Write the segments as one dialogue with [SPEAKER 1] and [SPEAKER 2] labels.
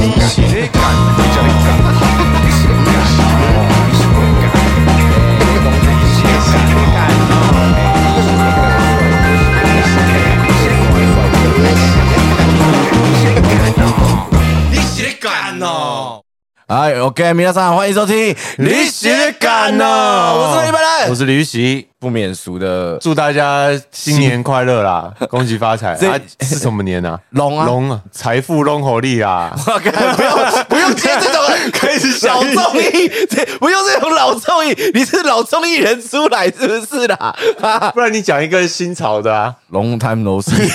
[SPEAKER 1] 谁敢？你这里敢？你谁敢？你谁敢？这个东西你谁敢？你敢？你谁敢？你谁敢？你谁敢？你谁敢？你谁敢呢？
[SPEAKER 2] 哎，OK，皆さん欢迎收听《你写感》呢，哦我是一般人，
[SPEAKER 3] 哦我是李玉玺，
[SPEAKER 2] 不免俗的
[SPEAKER 3] 祝大家新年快乐 啦，恭喜发财！
[SPEAKER 2] 这
[SPEAKER 3] 啊，是什么年啊？
[SPEAKER 2] 龙啊
[SPEAKER 3] 龙啊，财富龙活力啊啦！
[SPEAKER 2] OK，不用不用接这种 开始 小综艺，这不用这种老综艺，你是老综艺人出来是不是啦？ 哈哈
[SPEAKER 3] 不然你讲一个新潮的啊！
[SPEAKER 2] Long time no see，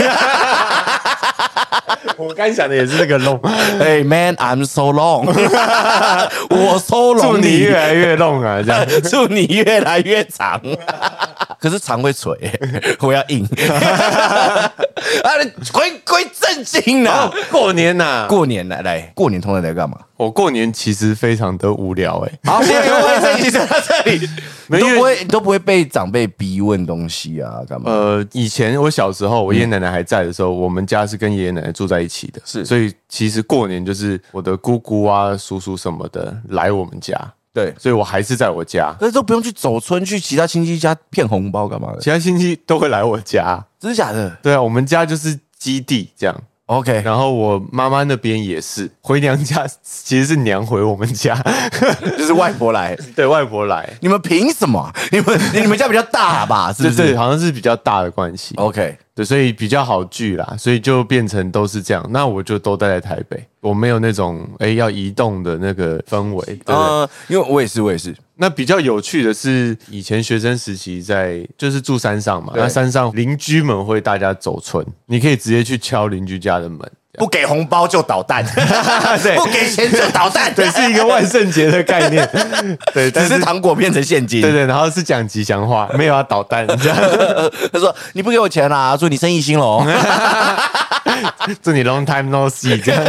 [SPEAKER 3] 我刚想的也是那个龙，
[SPEAKER 2] 哎 man，I'm so long，我 so
[SPEAKER 3] 祝
[SPEAKER 2] long，
[SPEAKER 3] 你越来越弄啊！ 这样
[SPEAKER 2] 祝你越来越 长，可是长会垂、 我要硬，啊，回归正经啦、
[SPEAKER 3] 哦过年呐，
[SPEAKER 2] 啊过年来来，过年通常在干嘛？
[SPEAKER 3] 我过年其实非常的无聊哎，
[SPEAKER 2] 好，先跟卫生局在这里，你
[SPEAKER 3] 没
[SPEAKER 2] 都
[SPEAKER 3] 因为
[SPEAKER 2] 不会，你都不会被长辈逼问东西啊，干嘛？
[SPEAKER 3] 呃，以前我小时候，我爷爷奶奶还在的时候，我们家是跟爷爷奶奶住在一起的，
[SPEAKER 2] 是
[SPEAKER 3] 所以其实过年就是我的姑姑啊、叔叔什么的来我们家，
[SPEAKER 2] 对，
[SPEAKER 3] 所以我还是在我家，
[SPEAKER 2] 可是都不用去走村，去其他亲戚家骗红包干嘛的？
[SPEAKER 3] 其他亲戚都会来我家。
[SPEAKER 2] 真的假的
[SPEAKER 3] 对啊，我们家就是基地这样。
[SPEAKER 2] ？OK，
[SPEAKER 3] 然后我妈妈那边也是回娘家， 其实是娘回我们家，
[SPEAKER 2] 就是外婆来，
[SPEAKER 3] 对外婆来，
[SPEAKER 2] 你们凭什么？你们你们家比较大吧？是
[SPEAKER 3] 对
[SPEAKER 2] 不
[SPEAKER 3] 对，
[SPEAKER 2] 是哦
[SPEAKER 3] 好像是比较大的关系，
[SPEAKER 2] ？OK，
[SPEAKER 3] 对，所以比较好聚啦，所以就变成都是这样。那我就都待在台北，我没有那种哎要移动的那个氛围，对不对？
[SPEAKER 2] 嗯，因为我也是，我也是，
[SPEAKER 3] 那比较有趣的是，以前学生时期在就是住山上嘛，
[SPEAKER 2] 对
[SPEAKER 3] 那山上邻居们会大家走村，你可以直接去敲邻居家的门，
[SPEAKER 2] 不给红包就捣蛋，
[SPEAKER 3] 对
[SPEAKER 2] 不给钱就捣蛋，
[SPEAKER 3] 对，是一个万圣节的概念，对，
[SPEAKER 2] 只
[SPEAKER 3] 但
[SPEAKER 2] 是
[SPEAKER 3] 是
[SPEAKER 2] 糖果变成现金。
[SPEAKER 3] 对对，然后是讲吉祥话，没有要捣蛋，这样
[SPEAKER 2] 呃他说你不给我钱啦，祝你生意兴隆，
[SPEAKER 3] 嗯祝你 long time no see，这 样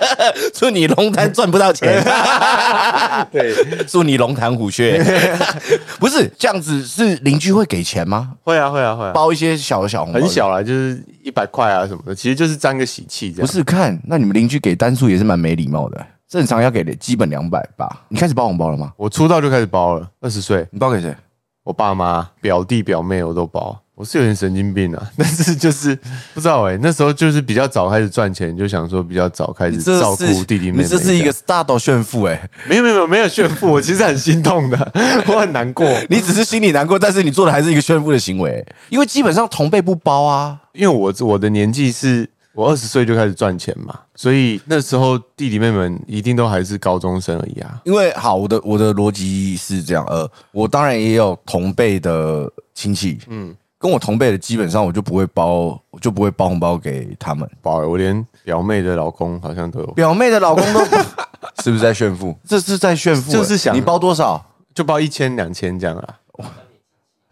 [SPEAKER 2] 祝你龙潭赚不到钱。
[SPEAKER 3] 嗯对，
[SPEAKER 2] 祝你龙潭虎穴。 不是这样子，是邻居会给钱吗？
[SPEAKER 3] 会啊会啊会啊，
[SPEAKER 2] 包一些小的小红包，
[SPEAKER 3] 很。小啦，就是一百块啊什么的，其实就是沾个喜气这
[SPEAKER 2] 不
[SPEAKER 3] 样。
[SPEAKER 2] 是看，那你们邻居给单数也是蛮没礼貌的。正常要给的基本两百吧。你开始包红包了吗？
[SPEAKER 3] 我出道就开始包了，二十岁，
[SPEAKER 2] 你包给谁？
[SPEAKER 3] 我爸妈、表弟、表妹我都包。我是有点神经病啊，但是就是不知道哎、那时候就是比较早开始赚钱，就想说比较早开始照顾弟弟妹妹。
[SPEAKER 2] 你这是一个 star 的炫富哎、
[SPEAKER 3] 没有没有没有没有炫富，我其实很心痛的， 我很难过，
[SPEAKER 2] 你只是心里难过，但是你做的还是一个炫富的行为、因为基本上同辈不包啊。
[SPEAKER 3] 因为我我的年纪是我二十岁就开始赚钱嘛，所以那时候弟弟妹妹们一定都还是高中生而已啊。
[SPEAKER 2] 因为好，我的我的逻辑是这样，呃，我当然也有同辈的亲戚，嗯，跟我同辈的基本上我就不会包，我就不会包红包给他们。
[SPEAKER 3] 宝儿，我连表妹的老公好像都有，
[SPEAKER 2] 表妹的老公都 是不是在炫富？这是在炫富欸、
[SPEAKER 3] 就是想
[SPEAKER 2] 你包多少，
[SPEAKER 3] 就包一千两千这样啊。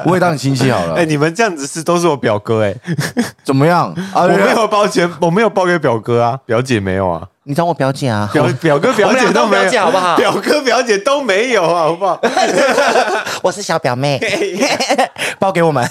[SPEAKER 2] 我也当你亲戚好了。
[SPEAKER 3] 哎、你们这样子是都是我表哥哎、
[SPEAKER 2] 怎么样？啊，
[SPEAKER 3] 我没，有包钱，我没有包给表哥啊，表姐没有啊，
[SPEAKER 2] 你当我表姐啊？
[SPEAKER 3] 表表哥 表姐都没有，
[SPEAKER 2] 我们俩当表姐好不好
[SPEAKER 3] 表哥表姐都没有啊，好不好？
[SPEAKER 2] 我是小表妹，包给我们。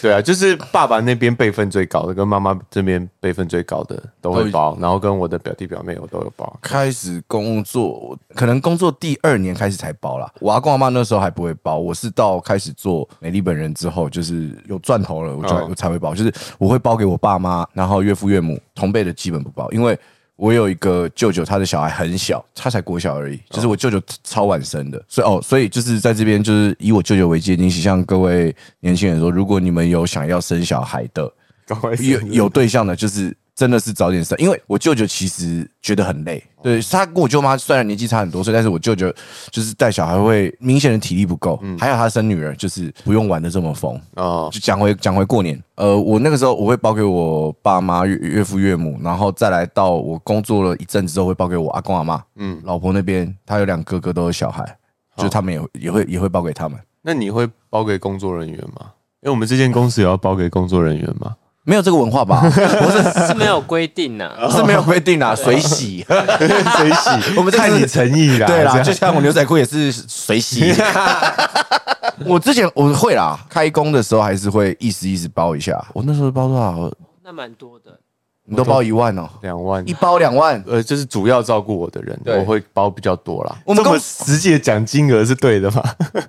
[SPEAKER 3] 对啊，就是爸爸那边辈分最高的，跟妈妈这边辈分最高的都会包，然后跟我的表弟表妹我都有包。
[SPEAKER 2] 开始工作，可能工作第二年开始才包啦。我阿公阿妈那时候还不会包，我是到开始做美丽本人之后，就是有赚头了，我就、
[SPEAKER 3] 哦
[SPEAKER 2] 我才会包。就是我会包给我爸妈，然后岳父岳母同辈的基本不包，因为我有一个舅舅，他的小孩很小，他才国小而已，就是我舅舅超晚生的，所以哦，所以就是在这边就是以我舅舅为借鉴，向各位年轻人说，如果你们有想要生小孩的，
[SPEAKER 3] 赶快
[SPEAKER 2] 有 有对象的，就是真的是早点生，因为我舅舅其实觉得很累。对他跟我舅妈虽然年纪差很多岁，但是我舅舅就是带小孩会明显的体力不够，
[SPEAKER 3] 嗯
[SPEAKER 2] 还有他生女儿就是不用玩的这么疯。
[SPEAKER 3] 哦，
[SPEAKER 2] 就讲回讲回过年，呃，我那个时候我会包给我爸妈、岳岳父岳母，然后再来到我工作了一阵之后，会包给我阿公阿妈，嗯，老婆那边她有两个哥哥都有小孩，就他们也会也会也会包给他们。
[SPEAKER 3] 那你会包给工作人员吗？因为我们这间公司也要包给工作人员嘛。
[SPEAKER 2] 没有这个文化吧？
[SPEAKER 4] 是没有规定呐、
[SPEAKER 2] 我是没有规定啊，随 喜。
[SPEAKER 3] 随喜，
[SPEAKER 2] 我们这个是
[SPEAKER 3] 看你诚意啦。
[SPEAKER 2] 对
[SPEAKER 3] 这
[SPEAKER 2] 啦，
[SPEAKER 3] 样
[SPEAKER 2] 就像我牛仔裤也是水 洗。我之前我会啦，开工的时候还是会意思意思包一下。我那时候包多少？
[SPEAKER 4] 那蛮多的。
[SPEAKER 2] 你都包一万哦，
[SPEAKER 3] 两万
[SPEAKER 2] 一。包两万，
[SPEAKER 3] 呃，就是主要照顾我的人，
[SPEAKER 2] 对
[SPEAKER 3] 我会包比较多啦。
[SPEAKER 2] 我们
[SPEAKER 3] 这么
[SPEAKER 2] 公
[SPEAKER 3] 实际的讲金额是对的吗？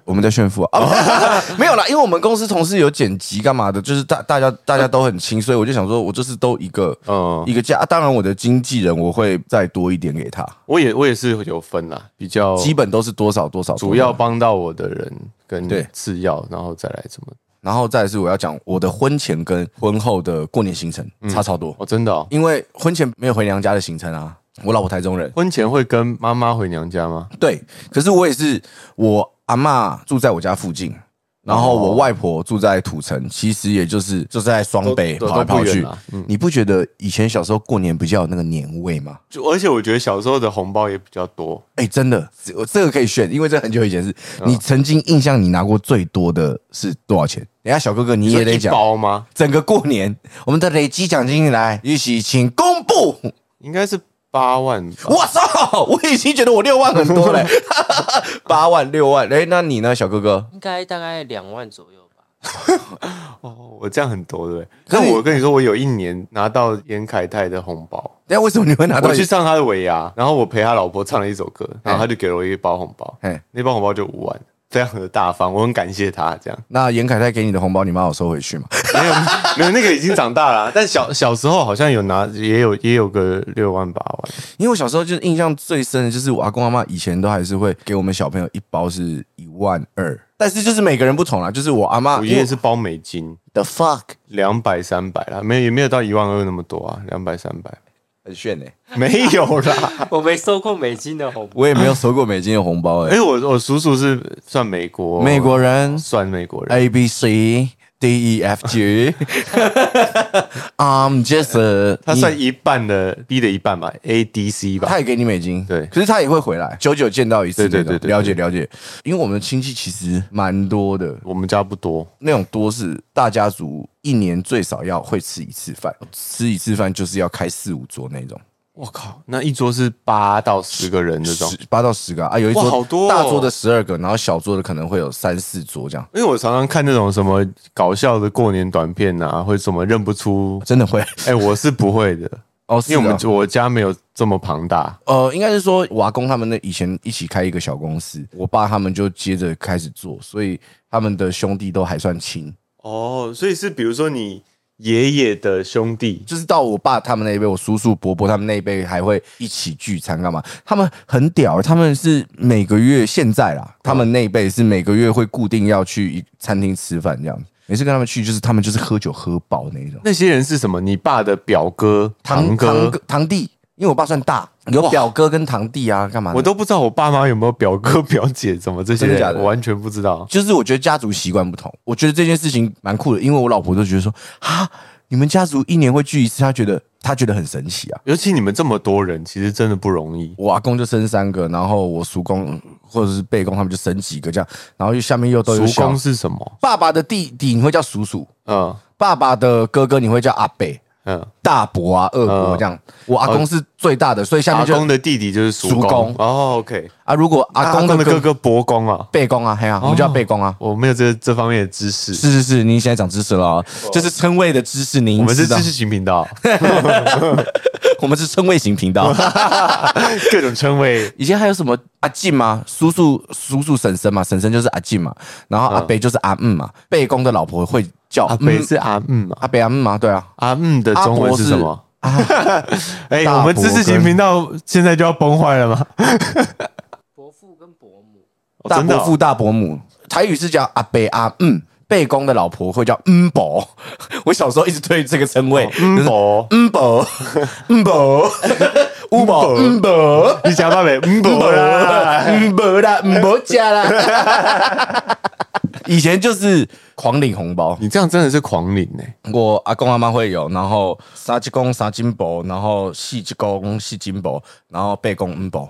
[SPEAKER 2] 我们在炫 富啊啊！没有啦，因为我们公司同事有剪辑干嘛的，就是大大家大家都很轻，所以我就想说，我就是都一个
[SPEAKER 3] 嗯
[SPEAKER 2] 一个价、啊当然，我的经纪人我会再多一点给他，
[SPEAKER 3] 我也我也是有分啦，比较
[SPEAKER 2] 基本都是多少多少，
[SPEAKER 3] 主要。帮到我的人跟
[SPEAKER 2] 对
[SPEAKER 3] 次要，然后再来怎么？
[SPEAKER 2] 然后再来是我要讲我的婚前跟婚后的过年行程差超多，
[SPEAKER 3] 哦，真的、哦，
[SPEAKER 2] 因为婚前没有回娘家的行程啊，我老婆台中人，
[SPEAKER 3] 婚前会跟妈妈回娘家吗？
[SPEAKER 2] 对，可是我也是，我阿嬷住在我家附近，然后我外婆住在土城，其实也就是就在双北
[SPEAKER 3] 都都
[SPEAKER 2] 跑来
[SPEAKER 3] 都不
[SPEAKER 2] 跑去
[SPEAKER 3] 远啦。啊嗯
[SPEAKER 2] 你不觉得以前小时候过年比较有那个年味吗？
[SPEAKER 3] 就而且我觉得小时候的红包也比较多，
[SPEAKER 2] 哎，真的，我这个可以选，因为这很久以前是
[SPEAKER 3] 嗯
[SPEAKER 2] 你曾经印象你拿过最多的是多少钱？等一下小哥哥你也得
[SPEAKER 3] 一
[SPEAKER 2] 讲，
[SPEAKER 3] 包吗？
[SPEAKER 2] 整个过年我们的累积奖金来，一起请公布。
[SPEAKER 3] 应该是八万吧。
[SPEAKER 2] 我操，我已经觉得我六万很多嘞， 八万六万。哎，那你呢，小哥哥？
[SPEAKER 4] 应该大概两万左右吧。
[SPEAKER 3] 哦，我这样很多对不对？
[SPEAKER 2] 可是
[SPEAKER 3] 但
[SPEAKER 2] 你
[SPEAKER 3] 我跟你说，我有一年拿到严凯泰的红包，
[SPEAKER 2] 等一下哎为什么你会拿到嗯
[SPEAKER 3] 我？去上他的尾牙，然后我陪他老婆唱了一首歌，然后他就给了我一包红包
[SPEAKER 2] 嘿，
[SPEAKER 3] 那包红包就五万，非常的大方，我很感谢他这样。
[SPEAKER 2] 那严凯泰给你的红包，你妈有收回去吗？
[SPEAKER 3] 没有 没有，那个已经长大了啊，但小小时候好像有拿，也有也有个六万八万，
[SPEAKER 2] 因为我小时候就是印象最深的就是我阿公阿妈以前都还是会给我们小朋友一包是一万二，但是就是每个人不同啦，就是我阿妈
[SPEAKER 3] 我爷爷是包美金。
[SPEAKER 2] the fuck
[SPEAKER 3] 两百三百啦，没有也没有到一万二那么多啊，两百三百
[SPEAKER 2] 很炫哎、
[SPEAKER 3] 没有 啦。
[SPEAKER 4] 我没收过美金的红包，
[SPEAKER 2] 我也没有收过美金的红 包哎、
[SPEAKER 3] 哎、我我叔叔是算美国，
[SPEAKER 2] 美国人
[SPEAKER 3] 算美国人，
[SPEAKER 2] A B C D E F G ，I'm just a,
[SPEAKER 3] 他
[SPEAKER 2] 你
[SPEAKER 3] 算一半的 B 的一半吧，A D C 吧
[SPEAKER 2] 他。也给你美金，
[SPEAKER 3] 对
[SPEAKER 2] 可是他也会回来，久久见到一次那
[SPEAKER 3] 对
[SPEAKER 2] 种，
[SPEAKER 3] 对对对
[SPEAKER 2] 了解了解，因为我们的亲戚其实蛮多的，
[SPEAKER 3] 我们家不多，
[SPEAKER 2] 那种多是大家族一年最少要会吃一次饭，吃一次饭就是要开四五桌那种，
[SPEAKER 3] 我靠，那一桌是八到十个人那种。
[SPEAKER 2] 十八到十个啊，啊有一桌
[SPEAKER 3] 哇好多哦
[SPEAKER 2] 大桌的十二个，然后小桌的可能会有三四桌这样，
[SPEAKER 3] 因为我常常看那种什么搞笑的过年短片啊，或者什么认不出，
[SPEAKER 2] 真的会
[SPEAKER 3] 哎、我是啊不会的，
[SPEAKER 2] 哦，
[SPEAKER 3] 因为我们
[SPEAKER 2] 就
[SPEAKER 3] 我家没有这么庞大。
[SPEAKER 2] 呃，应该是说瓦工他们那以前一起开一个小公司，我爸他们就接着开始做，所以他们的兄弟都还算亲，
[SPEAKER 3] 哦，所以是比如说你爷爷的兄弟，
[SPEAKER 2] 就是到我爸他们那一辈，我叔叔伯伯他们那一辈还会一起聚餐干嘛？他们很屌，他们是每个月现在啦，他们那一辈是每个月会固定要去一餐厅吃饭这样子。每次跟他们去，就是他们就是喝酒喝饱那一种。
[SPEAKER 3] 那些人是什么？你爸的表哥、堂哥，
[SPEAKER 2] 堂堂弟，因为我爸算大，有表哥跟堂弟啊，干嘛的？
[SPEAKER 3] 我都不知道我爸妈有没有表哥表姐，怎么这些
[SPEAKER 2] 真的假
[SPEAKER 3] 人
[SPEAKER 2] 的
[SPEAKER 3] 我完全不知道。
[SPEAKER 2] 就是我觉得家族习惯不同，我觉得这件事情蛮酷的，因为我老婆都觉得说啊，你们家族一年会聚一次，她觉得她觉得很神奇啊。
[SPEAKER 3] 尤其你们这么多人，其实真的不容易。
[SPEAKER 2] 我阿公就生三个，然后我叔公或者是辈公他们就生几个这样，然后又下面又都有
[SPEAKER 3] 叔
[SPEAKER 2] 小
[SPEAKER 3] 公是什么？
[SPEAKER 2] 爸爸的弟弟你会叫叔叔，
[SPEAKER 3] 嗯
[SPEAKER 2] 爸爸的哥哥你会叫阿伯、
[SPEAKER 3] 嗯，
[SPEAKER 2] 大伯啊、二伯
[SPEAKER 3] 嗯
[SPEAKER 2] 这样。我阿公是最大的，所以下
[SPEAKER 3] 阿
[SPEAKER 2] 面就
[SPEAKER 3] 公的弟弟就是叔
[SPEAKER 2] 叔公
[SPEAKER 3] 公。哦，OK，
[SPEAKER 2] 啊，如果阿公
[SPEAKER 3] 公
[SPEAKER 2] 的
[SPEAKER 3] 的哥
[SPEAKER 2] 哥
[SPEAKER 3] 哥伯公啊，
[SPEAKER 2] 辈公啊，嘿啊，我们叫辈公啊。
[SPEAKER 3] 我没有这这方面的知识。
[SPEAKER 2] 是是是，你现在长知识了啊！这是称谓的知识，您
[SPEAKER 3] 哦我们是
[SPEAKER 2] 知道
[SPEAKER 3] 知识型频 道，
[SPEAKER 2] 我们是称谓型频道。
[SPEAKER 3] 哦各种称谓。
[SPEAKER 2] 以前还有什么阿进嘛，叔叔叔叔婶婶嘛，婶婶就是阿进嘛，然后阿伯就是阿嗯嘛，辈公的老婆会叫
[SPEAKER 3] 阿
[SPEAKER 2] 嗯
[SPEAKER 3] 北是阿嗯嘛？
[SPEAKER 2] 阿北阿姆吗？对啊，
[SPEAKER 3] 阿嗯的中文是什么？ 哎，
[SPEAKER 2] 大伯
[SPEAKER 3] 我们知识型频道现在就要崩坏了吗？
[SPEAKER 4] 伯父跟伯母，
[SPEAKER 3] 哦
[SPEAKER 2] 大
[SPEAKER 3] 真的
[SPEAKER 2] 伯
[SPEAKER 3] 哦
[SPEAKER 2] 父、大伯母，台语是叫阿北阿嗯，贝公的老婆会叫嗯伯。 我小时候一直对这个称谓，
[SPEAKER 3] 嗯伯，
[SPEAKER 2] 嗯伯、嗯伯、嗯伯、嗯伯、
[SPEAKER 3] 你讲爸北嗯伯啦，
[SPEAKER 2] 嗯伯啦、嗯伯家啦。 以前就是狂领红包，
[SPEAKER 3] 你这样真的是狂领哎。
[SPEAKER 2] 我阿公阿妈会有，然后三鸡公三金箔，然后四鸡公四金箔，然后背公五包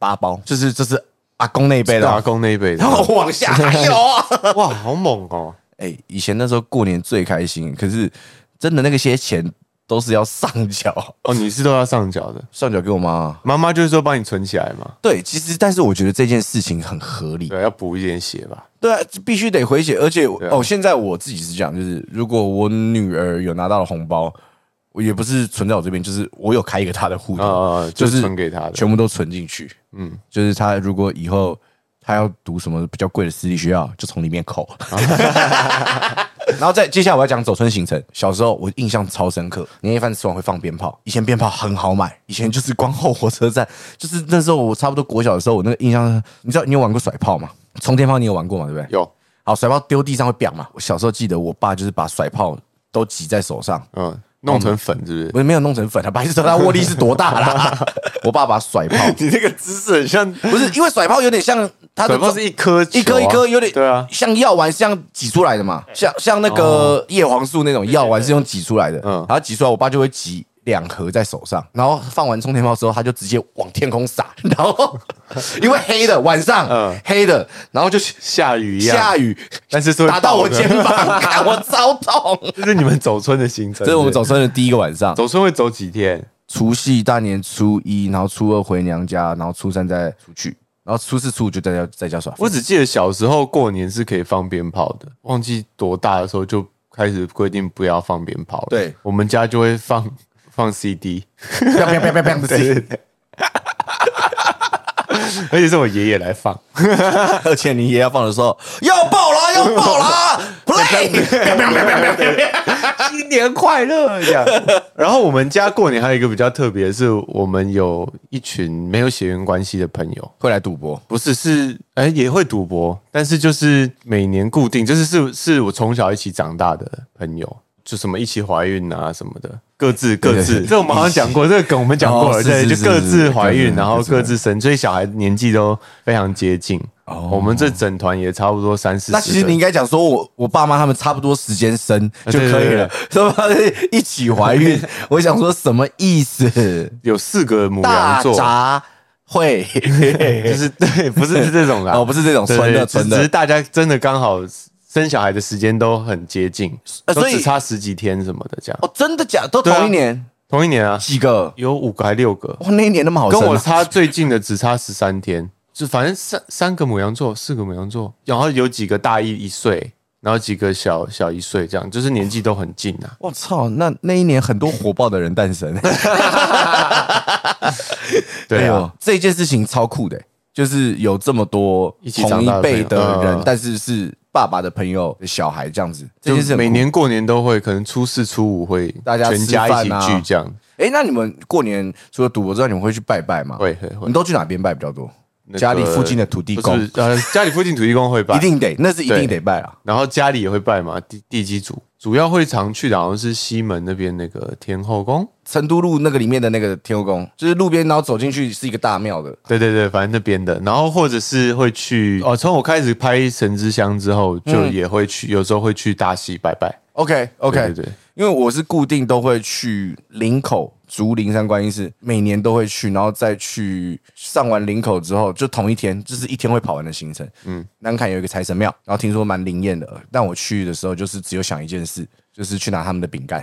[SPEAKER 2] 八包，就是这是阿公那一辈
[SPEAKER 3] 是
[SPEAKER 2] 的
[SPEAKER 3] 阿
[SPEAKER 2] 啊，
[SPEAKER 3] 公那一辈的
[SPEAKER 2] 然，后往下还有啊，
[SPEAKER 3] 哇，好猛哦！
[SPEAKER 2] 哎、以前那时候过年最开心，可是真的那个些钱都是要上缴，
[SPEAKER 3] 哦，你是都要上缴的，
[SPEAKER 2] 上缴给我妈。
[SPEAKER 3] 妈啊妈就是说帮你存起来嘛，
[SPEAKER 2] 对，其实但是我觉得这件事情很合理，
[SPEAKER 3] 对，要补一点血吧。
[SPEAKER 2] 对啊，必须得回血，而且、
[SPEAKER 3] 对啊
[SPEAKER 2] 哦，现在我自己是这样，就是如果我女儿有拿到了红包，我也不是存在我这边，就是我有开一个他的户头，
[SPEAKER 3] 啊啊就
[SPEAKER 2] 就是
[SPEAKER 3] 存给他的
[SPEAKER 2] 全部都存进去。嗯，就是他如果以后他要读什么比较贵的私立学校，就从里面扣。 然后再接下来我要讲走春行程。小时候我印象超深刻，年夜饭吃完会放鞭炮，以前鞭炮很好买，以前就是光后火车站，就是那时候我差不多国小的时候，我那个印象，你知道你有玩过甩炮吗？冲天炮你有玩过吗？对不对？
[SPEAKER 3] 有，
[SPEAKER 2] 好，甩炮丢地上会表嘛。我小时候记得我爸就是把甩炮都挤在手上，
[SPEAKER 3] 嗯，弄成粉是
[SPEAKER 2] 不
[SPEAKER 3] 不是？
[SPEAKER 2] 是没有弄成粉啊，白痴，它握力是多大 啦？我爸把甩炮，
[SPEAKER 3] 你那个姿势很 像，
[SPEAKER 2] 不是因为甩炮有点像它的
[SPEAKER 3] 甩炮是一颗球啊
[SPEAKER 2] 一颗一颗，有点
[SPEAKER 3] 对啊，
[SPEAKER 2] 像药丸像挤出来的嘛，像像那个叶黄素那种药丸是用挤出来的，
[SPEAKER 3] 嗯
[SPEAKER 2] 然后挤出来我爸就会挤。两盒在手上，然后放完冲天炮之后，他就直接往天空撒， 然后因为黑的晚上、
[SPEAKER 3] 嗯
[SPEAKER 2] 黑的，然后就
[SPEAKER 3] 下雨一样，
[SPEAKER 2] 下雨
[SPEAKER 3] 但是是会
[SPEAKER 2] 打到我
[SPEAKER 3] 爆的
[SPEAKER 2] 肩，膀， 看我超痛。
[SPEAKER 3] 这是你们走村的行程。
[SPEAKER 2] 这是我们
[SPEAKER 3] 不
[SPEAKER 2] 走春的第一个晚上，
[SPEAKER 3] 走村会走几天？
[SPEAKER 2] 除夕、大年初一，然后初二回娘家，然后初三再出去，然后初四、初五就在家在家耍。
[SPEAKER 3] 我只记得小时候过年是可以放鞭炮的，忘记多大的时候就开始规定不要放鞭炮了。
[SPEAKER 2] 对，
[SPEAKER 3] 我们家就会放放 CD，
[SPEAKER 2] 不要不要不要不要不要！
[SPEAKER 3] 而且是我爷爷来放。
[SPEAKER 2] 而且你也要放的时候，要爆啦，要爆啊啦 ！Play，
[SPEAKER 3] 新年快乐这样。然后我们家过年还有一个比较特别，是我们有一群没有血缘关系的朋友，
[SPEAKER 2] 会来赌博，
[SPEAKER 3] 不是是哎、也会赌博，但是就是每年固定，就是是是我从小一起长大的朋友，就什么一起怀孕啊什么的。各自各
[SPEAKER 2] 对对
[SPEAKER 3] 自，
[SPEAKER 2] 对
[SPEAKER 3] 这我们好像讲过，这个梗我们讲过
[SPEAKER 2] 哦
[SPEAKER 3] 了，
[SPEAKER 2] 是
[SPEAKER 3] 对，
[SPEAKER 2] 是
[SPEAKER 3] 就是各
[SPEAKER 2] 是
[SPEAKER 3] 自怀
[SPEAKER 2] 各
[SPEAKER 3] 孕，
[SPEAKER 2] 自
[SPEAKER 3] 然后
[SPEAKER 2] 各自
[SPEAKER 3] 各自生，所以小孩年纪都非常接近。
[SPEAKER 2] 哦
[SPEAKER 3] 我们这整团也差不多三四十个。
[SPEAKER 2] 那其实你应该讲说我我爸妈他们差不多时间生就
[SPEAKER 3] 对对
[SPEAKER 2] 可以了，他妈的一起怀 孕，我想说什么意思？
[SPEAKER 3] 有四个母羊
[SPEAKER 2] 大
[SPEAKER 3] 座，
[SPEAKER 2] 杂 烩，
[SPEAKER 3] 就是对，不是这种啦，
[SPEAKER 2] 哦，不是这种
[SPEAKER 3] 对
[SPEAKER 2] 纯的
[SPEAKER 3] 对只
[SPEAKER 2] 纯的
[SPEAKER 3] 只是，大家真的刚好生小孩的时间都很接近，
[SPEAKER 2] 呃
[SPEAKER 3] 都
[SPEAKER 2] 所以
[SPEAKER 3] 只差十几天什么的这样。
[SPEAKER 2] 哦，真的假的？都
[SPEAKER 3] 对啊
[SPEAKER 2] 同一年
[SPEAKER 3] 同一年啊，
[SPEAKER 2] 几个？
[SPEAKER 3] 有五个还六个，
[SPEAKER 2] 哇，那一年那么好生
[SPEAKER 3] 跟
[SPEAKER 2] 啊，
[SPEAKER 3] 我差最近的只差十三天，就反正三三个母羊座，四个母羊座，然后有几个大一一岁，然后几个小小一岁，这样就是年纪都很近啊。
[SPEAKER 2] 我操，那那一年很多 火爆的人诞生、
[SPEAKER 3] 对
[SPEAKER 2] 哎
[SPEAKER 3] 啊，
[SPEAKER 2] 呦，这件事情超酷的、欸就是有这么多
[SPEAKER 3] 一起
[SPEAKER 2] 同
[SPEAKER 3] 长
[SPEAKER 2] 一
[SPEAKER 3] 大的朋友
[SPEAKER 2] 辈的人，
[SPEAKER 3] 嗯
[SPEAKER 2] 但是是爸爸的朋友的小孩这样子，这
[SPEAKER 3] 就
[SPEAKER 2] 件事很酷
[SPEAKER 3] 每年过年都会，可能初四初五会
[SPEAKER 2] 大家
[SPEAKER 3] 全家一
[SPEAKER 2] 吃
[SPEAKER 3] 起
[SPEAKER 2] 饭啊
[SPEAKER 3] 聚这样，
[SPEAKER 2] 哎、那你们过年除了赌博之外，你们会去拜拜吗？，
[SPEAKER 3] 会会会
[SPEAKER 2] 你。都去哪边拜比较多？
[SPEAKER 3] 那个
[SPEAKER 2] 家里附近的土地公
[SPEAKER 3] 不是呃，家里附近土地公会 拜，
[SPEAKER 2] 一定得，那是一定
[SPEAKER 3] 对
[SPEAKER 2] 得拜啊。
[SPEAKER 3] 然后家里也会拜嘛，地地基主。主要会常去的好像是西门那边那个天后宫，
[SPEAKER 2] 成都路那个里面的那个天后宫，就是路边，然后走进去是一个大庙的，
[SPEAKER 3] 对对对，反正那边的。然后或者是会去哦，从我开始拍《神之乡》之后，就也会去，有时候会去大溪拜拜。
[SPEAKER 2] OK OK，
[SPEAKER 3] 对对对
[SPEAKER 2] 因为我是固定都会去林口竹林山观音寺，每年都会去，然后再去上完林口之后，就同一天，就是一天会跑完的行程。嗯，南坎有一个财神庙，然后听说蛮灵验的，但我去的时候就是只有想一件事。就是去拿他们的饼干，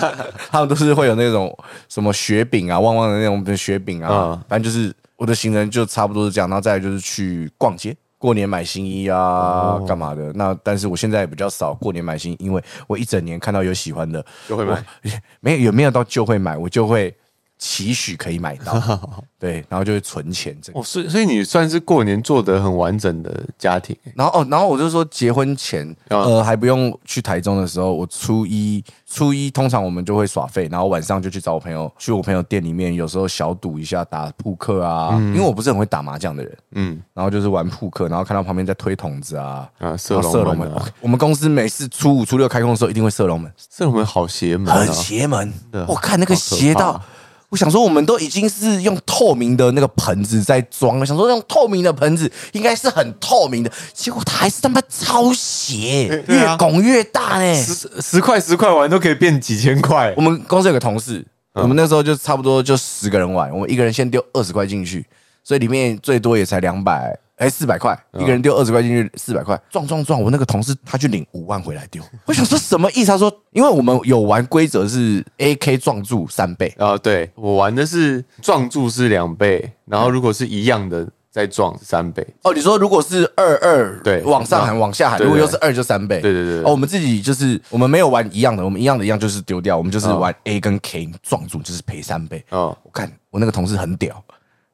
[SPEAKER 2] 他们都是会有那种什么雪饼啊、旺旺的那种雪饼啊，
[SPEAKER 3] 嗯
[SPEAKER 2] 反正就是我的行程就差不多是这样，然后再来就是去逛街，过年买新衣啊，干嘛的。那但是我现在比较少过年买新衣，因为我一整年看到有喜欢的，
[SPEAKER 3] 就会买
[SPEAKER 2] 我，没有有没有到就会买，我就会期许可以买到，对，然后就会存钱这个。
[SPEAKER 3] 哦，所以所以你算是过年做得很完整的家庭，欸
[SPEAKER 2] 然后哦，然后我就说结婚前，
[SPEAKER 3] 啊
[SPEAKER 2] 呃，还不用去台中的时候，我初一初一通常我们就会耍废，然后晚上就去找我朋友，去我朋友店里面，有时候小赌一下，打扑克啊，因为我不是很会打麻将的人，
[SPEAKER 3] 嗯
[SPEAKER 2] 然后就是玩扑克，然后看到旁边在推筒子啊，
[SPEAKER 3] 啊，
[SPEAKER 2] 然
[SPEAKER 3] 射
[SPEAKER 2] 后射
[SPEAKER 3] 龙
[SPEAKER 2] 龙
[SPEAKER 3] 门
[SPEAKER 2] 门
[SPEAKER 3] 啊，。
[SPEAKER 2] 我们公司每次初五、初六开工的时候，一定会射龙门，
[SPEAKER 3] 射龙门好邪门啊
[SPEAKER 2] 很，邪门
[SPEAKER 3] 真。的
[SPEAKER 2] 我看那个
[SPEAKER 3] 好可怕
[SPEAKER 2] 邪到，我想说，我们都已经是用透明的那个盆子在装了，想说用透明的盆子应该是很透明的，结果它还是他妈超邪，
[SPEAKER 3] 对啊
[SPEAKER 2] 越拱越大呢、
[SPEAKER 3] 十十块十块玩都可以变几千块
[SPEAKER 2] 我，们公司有个同事，
[SPEAKER 3] 嗯
[SPEAKER 2] 我们那时候就差不多就十个人玩，我们一个人先丢二十块进去，所以里面最多也才两百。哎，四百块，
[SPEAKER 3] 嗯
[SPEAKER 2] 一个人丢二十块进去，四百块，撞撞撞！我那个同事他去领五万回来丢，我想说什么意思？他说，因为我们有玩规则是 A K 撞柱三倍，
[SPEAKER 3] 啊，对我玩的是撞柱是两倍，然后如果是一样的再撞三倍。
[SPEAKER 2] 哦，你说如果是二二，
[SPEAKER 3] 对
[SPEAKER 2] 往上喊，往下喊，
[SPEAKER 3] 对对
[SPEAKER 2] 如果又是二就三倍，
[SPEAKER 3] 对对对对
[SPEAKER 2] 哦，我们自己就是我们没有玩一样的，我们一样的一样就是丢掉，我们就是
[SPEAKER 3] 嗯
[SPEAKER 2] 玩 A 跟 K 你撞住就是赔三倍。
[SPEAKER 3] 嗯
[SPEAKER 2] 我看我那个同事很屌，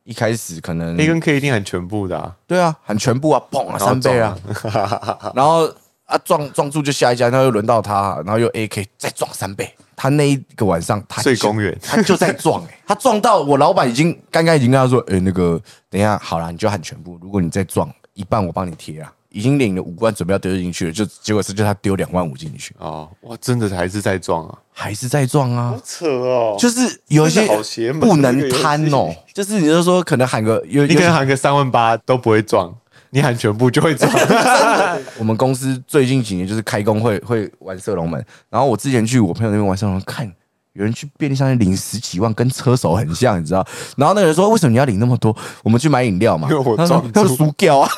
[SPEAKER 2] 一开始可能
[SPEAKER 3] ，A 跟 K 一定喊全部的、啊，
[SPEAKER 2] 对啊，喊全部啊，砰啊，
[SPEAKER 3] 后
[SPEAKER 2] 三倍啊， 然后啊撞撞住就下一家，然后又轮到他，然后又 AK 再撞三倍。他那一个晚上，啊他就
[SPEAKER 3] 睡公园
[SPEAKER 2] 他就在撞、欸，他撞到我老板已经刚刚已经跟他说，哎、那个等一下好啦，你就喊全部，如果你再撞一半，我帮你贴啊。已经领了五万，准备要丢进去了，就结果是就他丢两万五进去，
[SPEAKER 3] 哦，哇，真的还是在撞啊，
[SPEAKER 2] 还是在撞啊。
[SPEAKER 3] 扯哦
[SPEAKER 2] 就是是有一些
[SPEAKER 3] 真的好邪门
[SPEAKER 2] 不能贪
[SPEAKER 3] 这个游
[SPEAKER 2] 哦，就是你就说可能喊个有
[SPEAKER 3] 你
[SPEAKER 2] 有
[SPEAKER 3] 可能喊个三万八都不会撞，你喊全部就会 撞。
[SPEAKER 2] 我们公司最近几年就是开工会会玩射龙门，然后我之前去我朋友那边玩射龙门，看有人去便利商店领十几万，跟车手很像，你知道？然后那个人说：“为什么你要领那么多？我们去买饮料嘛。”
[SPEAKER 3] 因为 我
[SPEAKER 2] 他说
[SPEAKER 3] 撞
[SPEAKER 2] 他
[SPEAKER 3] 住
[SPEAKER 2] 输掉啊，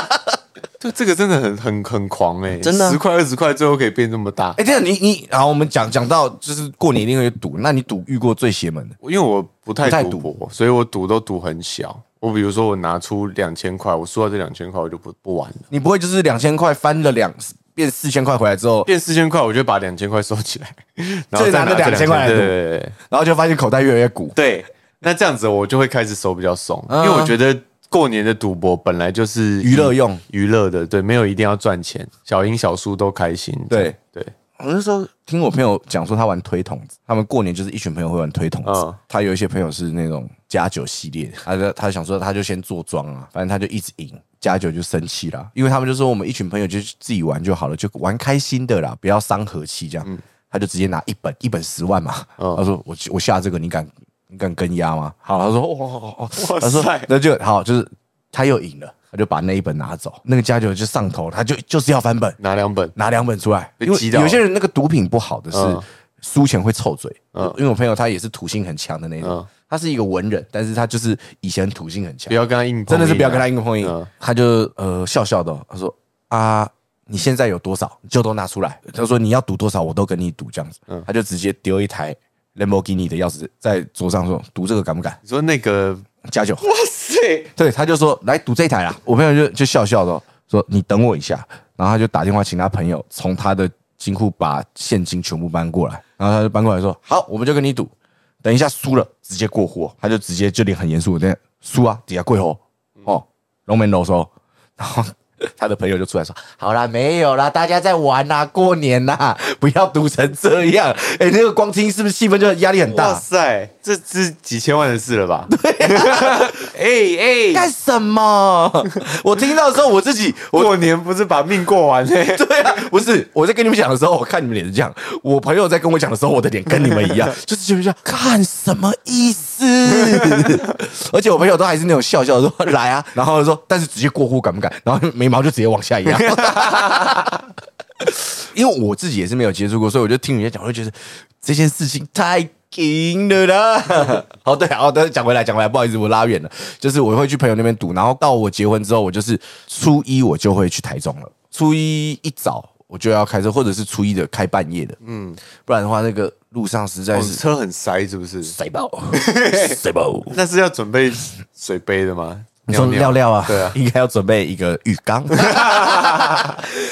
[SPEAKER 3] 这这个真的很很很狂哎、
[SPEAKER 2] 真的啊
[SPEAKER 3] 十块二十块最后可以变这么大。
[SPEAKER 2] 哎、这样你你，然后我们讲讲到就是过年一定会赌，那你赌遇过最邪门的？
[SPEAKER 3] 因为我不太
[SPEAKER 2] 不太
[SPEAKER 3] 赌博，所以我赌都赌很小。我比如说我拿出两千块，我输到这两千块我就不不玩了。
[SPEAKER 2] 你不会就是两千块翻了两变四千块回来之后，
[SPEAKER 3] 变四千块，我就把两千块收起来，然后
[SPEAKER 2] 最
[SPEAKER 3] 再
[SPEAKER 2] 难的
[SPEAKER 3] 拿这
[SPEAKER 2] 2000块来赌
[SPEAKER 3] 对对对对
[SPEAKER 2] 然后就发现口袋越来越鼓？
[SPEAKER 3] 对。那这样子我就会开始手比较松，因
[SPEAKER 2] 嗯
[SPEAKER 3] 为我觉得过年的赌博本来就是
[SPEAKER 2] 娱乐用
[SPEAKER 3] 娱乐的，对，没有一定要赚钱，小赢小输都开心。
[SPEAKER 2] 对
[SPEAKER 3] 对，
[SPEAKER 2] 我那时候听我朋友讲说，他玩推筒子，他们过年就是一群朋友会玩推筒子。
[SPEAKER 3] 嗯
[SPEAKER 2] 他有一些朋友是那种加酒系列的，他就他想说他就先做庄啊，反正他就一直赢，加酒就生气啦，因为他们就说我们一群朋友就自己玩就好了，就玩开心的啦，不要伤和气这样。他就直接拿一本一本十万嘛，
[SPEAKER 3] 嗯
[SPEAKER 2] 他说我我下这个你敢你敢跟押吗？好，他说哦哦哦，哦
[SPEAKER 3] 哇
[SPEAKER 2] 他说
[SPEAKER 3] 塞
[SPEAKER 2] 那就好，就是他又赢了，他就把那一本拿走，那个加酒就上头，他就就是要翻本。
[SPEAKER 3] 拿两本
[SPEAKER 2] 拿两本出来，
[SPEAKER 3] 被
[SPEAKER 2] 因为
[SPEAKER 3] 击倒
[SPEAKER 2] 有些人那个毒品不好的是
[SPEAKER 3] 嗯
[SPEAKER 2] 输钱会臭嘴，
[SPEAKER 3] 嗯
[SPEAKER 2] 因为我朋友他也是土性很强的那种
[SPEAKER 3] 嗯，
[SPEAKER 2] 他是一个文人，但是他就是以前土性很强
[SPEAKER 3] 不，要跟他硬碰硬啊，
[SPEAKER 2] 真的是不要跟他硬碰硬
[SPEAKER 3] 嗯，
[SPEAKER 2] 他就呃笑笑的哦，他说啊。你现在有多少你就都拿出来。他说你要赌多少，我都跟你赌这样子。
[SPEAKER 3] 嗯
[SPEAKER 2] 他就直接丢一台 Lamborghini 的钥匙在桌上说：“赌这个敢不敢
[SPEAKER 3] 你说那个
[SPEAKER 2] 加酒？”
[SPEAKER 3] 哇塞，
[SPEAKER 2] 对，他就说来赌这一台啦。啊我朋友就就笑笑的哦说你等我一下，然后他就打电话请他朋友从他的金库把现金全部搬过来，然后他就搬过来说好，我们就跟你赌，等一下输了直接过户哦，他就直接就脸很严肃，那输啊底下跪吼哦，龙门楼收，然后。他的朋友就出来说：“好啦，没有啦，大家在玩啦，过年啦，不要赌成这样。哎、那个光听是不是气氛就压力很
[SPEAKER 3] 哇
[SPEAKER 2] 大？
[SPEAKER 3] 塞，这是几千万的事了吧？
[SPEAKER 2] 干什 么？我听到的时候，我自己我
[SPEAKER 3] 过年不是把命过完嘞、
[SPEAKER 2] 对啊，不是我在跟你们讲的时候，我看你们脸是这样；我朋友在跟我讲的时候，我的脸跟你们一样， 就是就是这样，看什么意 思？而且我朋友都还是那种笑笑地说来啊，然后说但是直接过户敢不敢？然后眉毛就直接往下压。因为我自己也是没有接触过，所以我就听人家讲，我就觉得这件事情太硬了啦。 好，对，好，但是讲回来，讲回来，不好意思，我拉远了。就是我会去朋友那边赌，然后到我结婚之后，我就是初一我就会去台中了，初一一早我就要开车，或者是初一的开半夜的，嗯，不然的话那个路上实在
[SPEAKER 3] 哦
[SPEAKER 2] 是
[SPEAKER 3] 车很塞是不是？
[SPEAKER 2] 塞爆，塞爆。
[SPEAKER 3] 那是要准备水杯的吗？
[SPEAKER 2] 你说
[SPEAKER 3] 尿
[SPEAKER 2] 尿尿啊？
[SPEAKER 3] 对啊，
[SPEAKER 2] 应该要准备一个浴缸。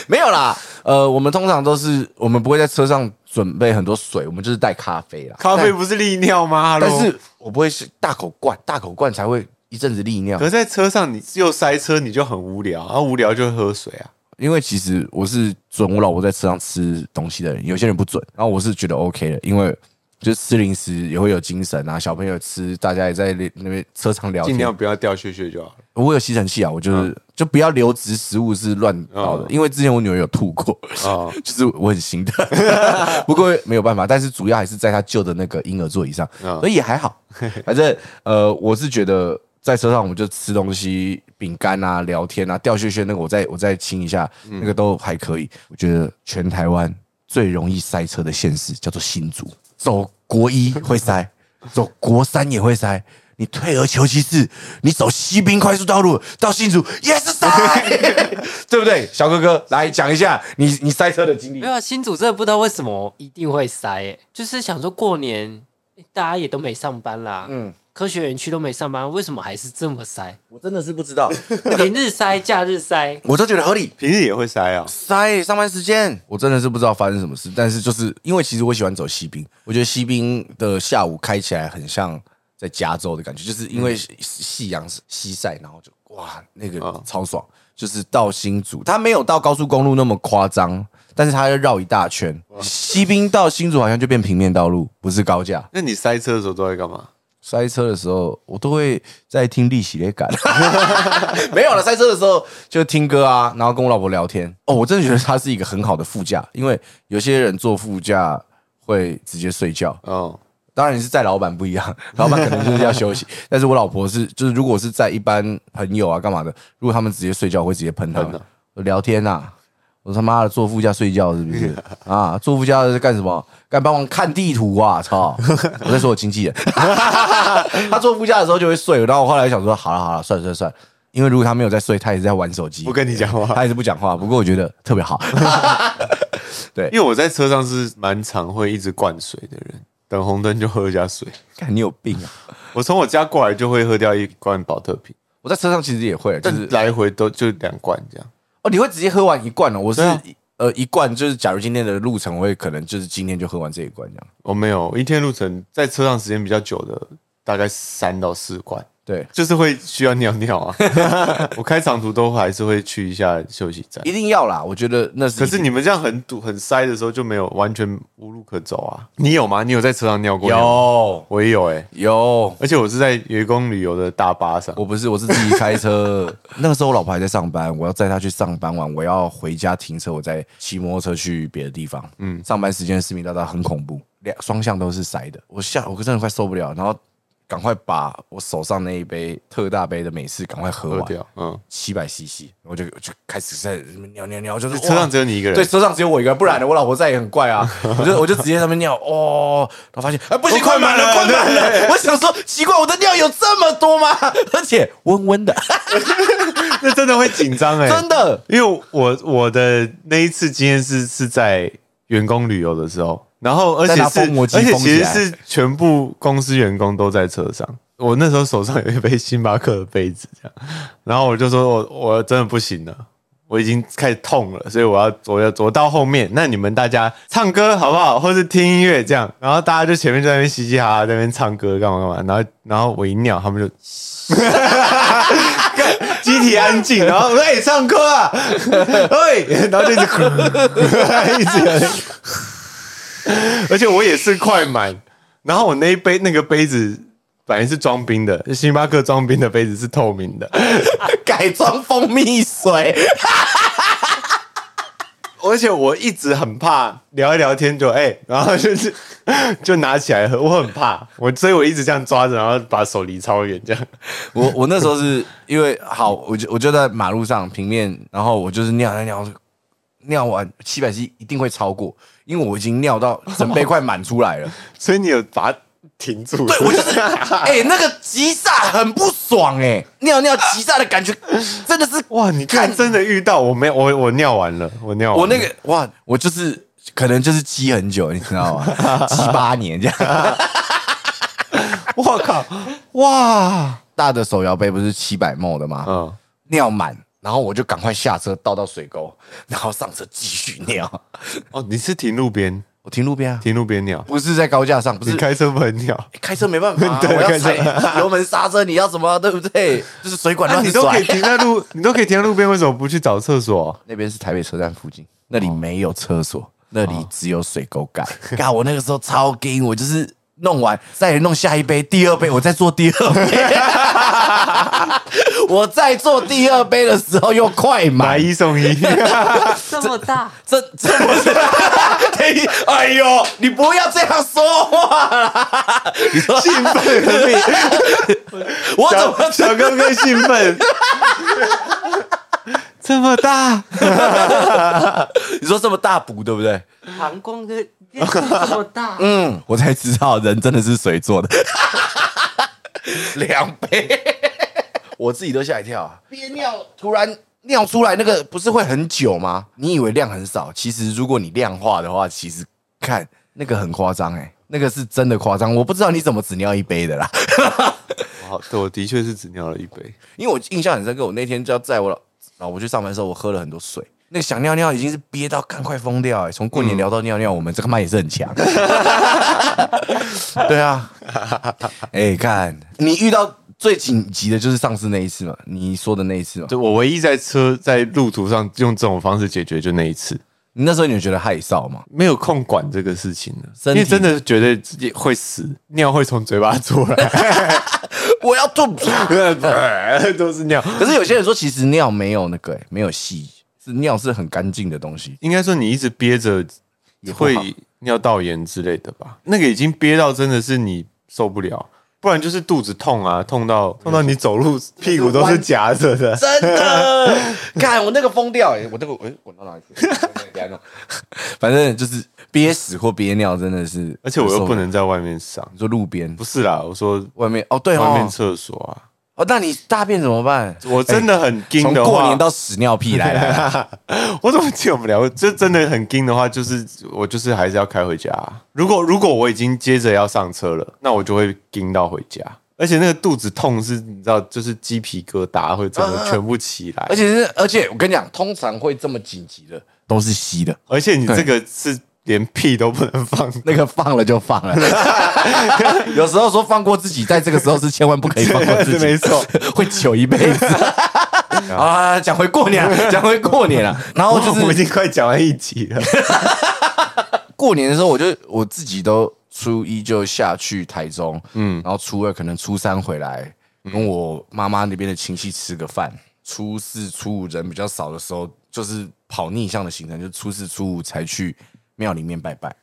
[SPEAKER 2] 没有啦，呃，我们通常都是我们不会在车上准备很多水，我们就是带咖啡啦。
[SPEAKER 3] 咖啡不是利尿吗？
[SPEAKER 2] 但
[SPEAKER 3] Hello
[SPEAKER 2] 是我不会是大口灌，大口灌才会一阵子利尿
[SPEAKER 3] 可。是在车上你又塞车，你就很无聊，然、后无聊就会喝水啊。
[SPEAKER 2] 因为其实我是准我老婆在车上吃东西的人，有些人不准，然后我是觉得 OK 的，因为就是吃零食也会有精神啊，小朋友吃，大家也在那边车上聊
[SPEAKER 3] 尽
[SPEAKER 2] 天
[SPEAKER 3] 量，不要掉屑屑就好了。
[SPEAKER 2] 我有吸尘器啊，我就是、就不要留直食物是乱倒的，
[SPEAKER 3] 嗯
[SPEAKER 2] 因为之前我女儿有吐过，
[SPEAKER 3] 哦
[SPEAKER 2] 就是我很心疼，不过没有办法，但是主要还是在她旧的那个婴儿座椅上，
[SPEAKER 3] 嗯
[SPEAKER 2] 所以也还好。反正呃，我是觉得在车上我们就吃东西、饼干啊、聊天啊、掉屑屑那个，我再我再清一下，那个都还可以。我觉得全台湾最容易塞车的县市叫做新竹，走国一会塞，走国三也会塞。你退而求其次，你走西滨快速道路到新竹也是塞，对不对？小哥哥，来讲一下你你塞车的经历
[SPEAKER 4] 没。有啊新组真的不知道为什么一定会塞、欸，就是想说过年欸大家也都没上班啦，
[SPEAKER 2] 嗯
[SPEAKER 4] 嗯，科学园区都没上班，为什么还是这么塞？
[SPEAKER 2] 我真的是不知道，
[SPEAKER 4] 平日塞，假日塞，
[SPEAKER 2] 我都觉得合理。
[SPEAKER 3] 平日也会塞啊。
[SPEAKER 2] 塞上班时间，我真的是不知道发生什么事，但是就是因为其实我喜欢走西滨，我觉得西滨的下午开起来很像在加州的感觉，就是因为夕夕阳西晒，然后就哇那个超爽，就是到新竹，它没有到高速公路那么夸张，但是它要绕一大圈，西滨到新竹好像就变平面道路，不是高架。
[SPEAKER 3] 那你塞车的时候都在干嘛？
[SPEAKER 2] 塞车的时候，我都会在听利息的感。 没有了，塞车的时候就听歌啊，然后跟我老婆聊天。哦，我真的觉得它是一个很好的副驾，因为有些人坐副驾会直接睡觉。
[SPEAKER 3] 哦，
[SPEAKER 2] 当然是在老板不一样， 老板可能就是要 休息，但是我老婆是就是如果是在一般朋友啊干嘛的，如果他们直接睡觉，我会直接喷他们
[SPEAKER 3] 喷啊。
[SPEAKER 2] 我聊天呐、啊，我他妈的坐副驾睡觉是 不是啊？坐副驾是干什么？干帮忙看地图 啊！操！我在说我经纪人， 他坐副驾的时候就会睡，然后我后来想说，好了好了，算了算了算了，因为如果他没有在睡，他也是在玩手机
[SPEAKER 3] 不，跟你讲话，
[SPEAKER 2] 他也是不讲话。不过我觉得特别好，
[SPEAKER 3] 因为我在车上是蛮常会一直灌水的人，等红灯就喝一下水。
[SPEAKER 2] 看你有病啊！
[SPEAKER 3] 我从我家过来就会喝掉一罐保特瓶，
[SPEAKER 2] 我在车上其实也会，就是
[SPEAKER 3] 但来回都就两罐这样。
[SPEAKER 2] 哦，你会直接喝完一罐哦？我是、
[SPEAKER 3] 对啊
[SPEAKER 2] 呃一罐，就是假如今天的路程，我会可能就是今天就喝完这一罐这样。
[SPEAKER 3] 我没有一天路程在车上时间比较久的，大概三到四罐，
[SPEAKER 2] 对，
[SPEAKER 3] 就是会需要尿尿 啊。我开长途都还是会去一下休息站。
[SPEAKER 2] 一定要啦，我觉得那是
[SPEAKER 3] 可是你们这样很堵很塞的时候就没有完全无路可走啊？你有吗？你有在车上尿过尿吗？
[SPEAKER 2] 有
[SPEAKER 3] 我也有哎、
[SPEAKER 2] 有。
[SPEAKER 3] 而且我是在员工旅游的大巴上，
[SPEAKER 2] 我不是，我是自己开车。 那个时候我老婆还在上班，我要载她去上班完，我要回家停车，我再骑摩托车去别的地方。嗯，上班时间的市民大道很恐怖，两双向都是塞的，我下我真的快受不了，然后赶快把我手上那一杯特大杯的美式赶快喝
[SPEAKER 3] 喝
[SPEAKER 2] 完，
[SPEAKER 3] 掉。嗯，
[SPEAKER 2] 七百 CC，我就就开始在那边尿尿尿，就是
[SPEAKER 3] 车上只
[SPEAKER 2] 有
[SPEAKER 3] 有你一个人，
[SPEAKER 2] 对，车上只有我一个人，不然呢，我老婆在也很怪啊，我就我就直接在那边尿哦，然后发现哎、不行，
[SPEAKER 3] 都
[SPEAKER 2] 快
[SPEAKER 3] 快
[SPEAKER 2] 满了，
[SPEAKER 3] 满
[SPEAKER 2] 快
[SPEAKER 3] 了
[SPEAKER 2] 满了，我想说奇怪，我的尿有这么多吗？而且温温的，
[SPEAKER 3] 那真的会紧张哎，
[SPEAKER 2] 真的，
[SPEAKER 3] 因为我我的那一次经验是是在员工旅游的时候，然后而且
[SPEAKER 2] 再拿
[SPEAKER 3] 是
[SPEAKER 2] 封魔机
[SPEAKER 3] 而且
[SPEAKER 2] 封
[SPEAKER 3] 其
[SPEAKER 2] 起
[SPEAKER 3] 实
[SPEAKER 2] 来
[SPEAKER 3] 是全部公司员工都在车上。我那时候手上有一杯星巴克的杯子，这样，然后我就说我我真的不行了，我已经开始痛了，所以我要我要我到后面，那你们大家唱歌好不好，或是听音乐这样，然后大家就前面就在那边嘻嘻哈哈，在那边唱歌干嘛干嘛，然后然后我一尿，他们 就集体安静，然后哎、唱歌啊， 哎，然后就一直咳， 一直，而且我也是快满，然后我那一杯那个杯子本来是装冰的，星巴克装冰的杯子是透明的，
[SPEAKER 2] 改装蜂蜜水，
[SPEAKER 3] 而且我一直很怕聊一聊天就哎、然后就是 就拿起来喝，我很怕，我所以我一直这样抓着，然后把手离超远这样，
[SPEAKER 2] 我我那时候是因为好，我就我就在马路上平面，然后我就是尿尿尿尿完七百 CC 一定会超过，因为我已经尿 到整杯快满出来了。
[SPEAKER 3] 所以你有把它停住，
[SPEAKER 2] 对我就是，哎、那个急刹很不爽哎、尿尿急刹的感 觉真的是
[SPEAKER 3] 哇，你看真的遇到我没有，我我尿完了，我尿完了
[SPEAKER 2] 我那个哇，我就是可能就是积很久，你知道吗？ 积八年这样。
[SPEAKER 3] 我靠，
[SPEAKER 2] 哇，大的手摇杯不是七百 ml 的吗？
[SPEAKER 3] 嗯。
[SPEAKER 2] 尿满，然后我就赶快下车倒到水沟，然后上车继续尿。
[SPEAKER 3] 哦，你是停路边，
[SPEAKER 2] 我停路边啊，
[SPEAKER 3] 停路边尿，
[SPEAKER 2] 不是在高架上，不
[SPEAKER 3] 你
[SPEAKER 2] 是。
[SPEAKER 3] 开车不能尿，
[SPEAKER 2] 开车没办法、 啊，
[SPEAKER 3] 对
[SPEAKER 2] 我要
[SPEAKER 3] 开车
[SPEAKER 2] 踩油门刹车，你要什么，对不 对？就是水管
[SPEAKER 3] 啊、
[SPEAKER 2] 乱
[SPEAKER 3] 你都可
[SPEAKER 2] 甩
[SPEAKER 3] 以。停在 路，你都可以停在路边，为什么不去找厕 所？
[SPEAKER 2] 那边是台北车站附近，那里没有厕所，那里只有水沟盖。 干，我那个时候超惊，我就是弄完再弄下一杯，第二杯我再做第二 杯。我在做第二杯的时候又快
[SPEAKER 3] 买
[SPEAKER 2] 满，
[SPEAKER 3] 一送一，
[SPEAKER 4] 这么大，
[SPEAKER 2] 这这不 是？嘿哎呦，你不要这样说话啦！你说
[SPEAKER 3] 兴奋的命，
[SPEAKER 2] 我怎么
[SPEAKER 3] 小小哥哥兴 奋，这么大，
[SPEAKER 2] 你说这么大补对不对？
[SPEAKER 4] 膀胱的这么大，
[SPEAKER 2] 嗯，我才知道人真的是水做的，两杯，我自己都吓一跳啊！憋尿突然尿出来，那个不是会很久吗？你以为量很少，其实如果你量化的话，其实看那个很夸张哎，那个是真的夸张，我不知道你怎么只尿一杯的啦。
[SPEAKER 3] 好，对，我的确是只尿了一杯，
[SPEAKER 2] 因为我印象很深刻，我那天就要载我老老婆去上班的时候，我喝了很多水，那个想尿尿已经是憋到干快疯掉、欸。从过年聊到尿尿，我们这个妈也是很强。 对啊，哎、看你遇到最紧急的就是上次那一次嘛，你说的那一次嘛。
[SPEAKER 3] 就我唯一在车在路途上用这种方式解决就那一次，
[SPEAKER 2] 你那时候你有觉得害臊吗？
[SPEAKER 3] 没有空管这个事情了，
[SPEAKER 2] 身
[SPEAKER 3] 因
[SPEAKER 2] 体
[SPEAKER 3] 为真的觉得自己会死，尿会从嘴巴出来，
[SPEAKER 2] 我要 吐。
[SPEAKER 3] 都是尿。
[SPEAKER 2] 可是有些人说，其实尿没有那个、欸，没有细，是尿是很干净的东西。
[SPEAKER 3] 应该说你一直憋着
[SPEAKER 2] 也不好
[SPEAKER 3] 会尿道炎之类的吧？那个已经憋到真的是你受不了，不然就是肚子痛啊，痛到痛到你走路屁股都是夹着的。
[SPEAKER 2] 真的，看我那个疯掉、欸，我那个，哎、我到哪里去？等一下弄反正就是憋死或憋尿，真的是，
[SPEAKER 3] 而且我又不，能在外面上，
[SPEAKER 2] 你说路边
[SPEAKER 3] 不是啦，我说
[SPEAKER 2] 外面哦，对
[SPEAKER 3] 外
[SPEAKER 2] 哦
[SPEAKER 3] 面，厕所啊，
[SPEAKER 2] 哦，那你大便怎么办？
[SPEAKER 3] 我真的很
[SPEAKER 2] 从
[SPEAKER 3] 惊的话，
[SPEAKER 2] 过年到屎尿屁来 了，
[SPEAKER 3] 我怎么记得我们聊过？这真的很惊的话，就是我就是还是要开回家啊、如果如果我已经接着要上车了，那我就会惊到回家。而且那个肚子痛是，你知道，就是鸡皮疙瘩会整个全部起来。
[SPEAKER 2] 啊而且是，而且我跟你讲，通常会这么紧急的都是稀的，
[SPEAKER 3] 而且你这个是连屁都不能 放，
[SPEAKER 2] 那个放了 就放了。有时候说放过自己，在这个时候是千万不可以放过自己，
[SPEAKER 3] 是没 错，
[SPEAKER 2] 会糗一辈 子。啊，讲回过年啊，讲回过年啊，然后就
[SPEAKER 3] 哦我们已
[SPEAKER 2] 是
[SPEAKER 3] 经快讲完一集 了。
[SPEAKER 2] 过年的时候，我就我自己都初一就下去台中，嗯，然后初二可能初三回来，
[SPEAKER 3] 嗯
[SPEAKER 2] 跟我妈妈那边的亲戚吃个饭。初四、初五人比较少的时候，就是跑逆向的行程，就初四、初五才去庙里面拜拜，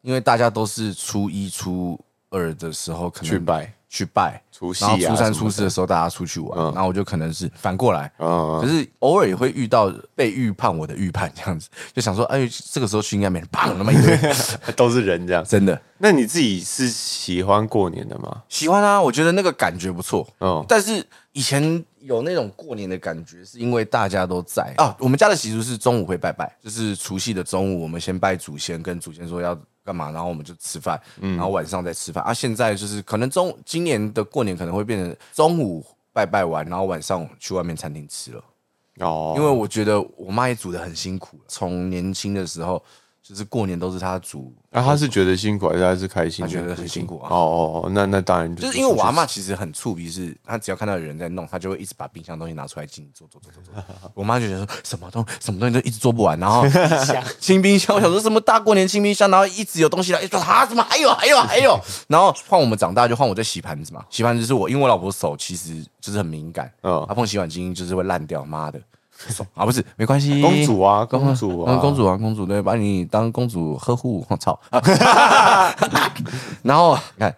[SPEAKER 2] 因为大家都是初一、初二的时候可能
[SPEAKER 3] 去拜
[SPEAKER 2] 去拜，
[SPEAKER 3] 除夕
[SPEAKER 2] 然
[SPEAKER 3] 啊
[SPEAKER 2] 后初三、
[SPEAKER 3] 什么的
[SPEAKER 2] 初四的时候大家出去玩，然后我就可能是反过来，
[SPEAKER 3] 嗯，
[SPEAKER 2] 可是偶尔也会遇到被预判我的预判这样子，就想说，哎，这个时候去应该没人，砰，那么 一堆，
[SPEAKER 3] 都是人这样。
[SPEAKER 2] 真的
[SPEAKER 3] 那你自己是喜欢过年的吗？
[SPEAKER 2] 喜欢啊，我觉得那个感觉不错。
[SPEAKER 3] 嗯，
[SPEAKER 2] 但是以前有那种过年的感觉，是因为大家都在啊。我们家的习俗是中午会拜拜，就是除夕的中午，我们先拜祖先，跟祖先说要干嘛，然后我们就吃饭，
[SPEAKER 3] 嗯
[SPEAKER 2] 然后晚上再吃饭。啊，现在就是可能中今年的过年可能会变成中午拜拜完，然后晚上去外面餐厅吃了。
[SPEAKER 3] 哦，
[SPEAKER 2] 因为我觉得我妈也煮的很辛苦，从年轻的时候就是过年都是她煮，
[SPEAKER 3] 那、啊他是觉得辛苦还是他是开心？
[SPEAKER 2] 她觉得很辛苦啊
[SPEAKER 3] 哦哦哦，那那当然
[SPEAKER 2] 就是因为我阿妈其实很触鼻，是她只要看到有人在弄，她就会一直把冰箱东西拿出来进做做做做做。 我妈就觉得说什么东什么东西都一直做不完，然 后清冰箱，我想说什么大过年清冰箱，然后一直有东西来，一直说啊怎么还有还有还 有，然后换我们长大就换我在洗盘子嘛，洗盘子是我，因为我老婆手其实就是很敏感，
[SPEAKER 3] 嗯
[SPEAKER 2] 她碰洗碗巾就是会烂掉，妈的。爽啊，不是，没关系。
[SPEAKER 3] 公主啊公主啊
[SPEAKER 2] 嗯公主啊，公主，对，把你当公主呵护。我操！然后你看，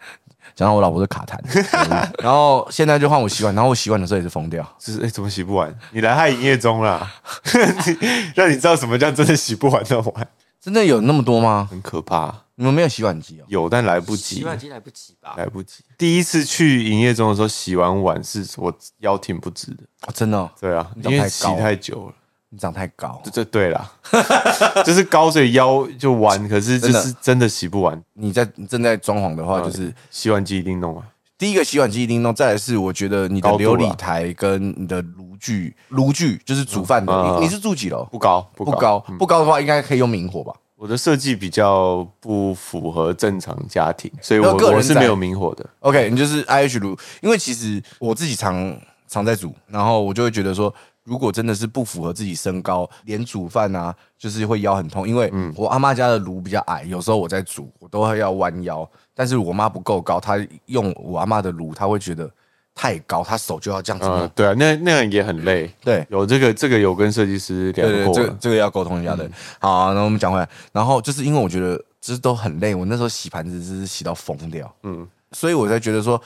[SPEAKER 2] 讲到我老婆是卡痰， 嗯然后现在就换我洗碗，然后我洗碗的时候也是疯掉。
[SPEAKER 3] 就是哎、怎么洗不完？你来害营业中啦， 你让你知道什么叫真的洗不完的碗，
[SPEAKER 2] 真的有那么多吗？
[SPEAKER 3] 很可怕。
[SPEAKER 2] 你们没有洗碗机哦？
[SPEAKER 3] 有但来不及，
[SPEAKER 4] 洗碗机来不及吧？
[SPEAKER 3] 来不及。第一次去营业中的时候，洗完碗是我腰挺不直的。
[SPEAKER 2] 哦真的、哦，
[SPEAKER 3] 对啊，因
[SPEAKER 2] 你长太
[SPEAKER 3] 为洗
[SPEAKER 2] 高
[SPEAKER 3] 太久了。
[SPEAKER 2] 你长太高
[SPEAKER 3] 这，这对啦， 就是高所以腰就弯，可是就是真的洗不完，
[SPEAKER 2] 你在你正在装潢的
[SPEAKER 3] 嗯
[SPEAKER 2] 话，就是、
[SPEAKER 3] 洗碗机一定弄完。
[SPEAKER 2] 第一个洗碗机一定弄，再来是我觉得你的
[SPEAKER 3] 高度
[SPEAKER 2] 琉
[SPEAKER 3] 啊
[SPEAKER 2] 璃台跟你的炉具，炉具就是煮饭的。
[SPEAKER 3] 嗯嗯
[SPEAKER 2] 你你是住几楼？
[SPEAKER 3] 不高，不
[SPEAKER 2] 不高，
[SPEAKER 3] 嗯
[SPEAKER 2] 不高的话应该可以用明火吧？
[SPEAKER 3] 我的设计比较不符合正常家庭，所以
[SPEAKER 2] 那
[SPEAKER 3] 我
[SPEAKER 2] 个人
[SPEAKER 3] 我是
[SPEAKER 2] 宅
[SPEAKER 3] 没有明火的。
[SPEAKER 2] OK，你就是 IH 炉，因为其实我自己常常在煮，然后我就会觉得说，如果真的是不符合自己身高，连煮饭啊，就是会腰很痛，因为我阿妈家的炉比较矮，有时候我在煮，我都会要弯腰，但是我妈不够高，她用我阿妈的炉，她会觉得太高，她手就要这样子弄。
[SPEAKER 3] 嗯，对啊，那那样也很累。
[SPEAKER 2] 对
[SPEAKER 3] 有这个这个有跟设计师聊
[SPEAKER 2] 对对，
[SPEAKER 3] 过
[SPEAKER 2] 这个
[SPEAKER 3] 了，
[SPEAKER 2] 这个要沟通一下的。好、然后我们讲回来，然后就是因为我觉得就是都很累，我那时候洗盘子真是洗到疯掉，嗯，所以我才觉得说，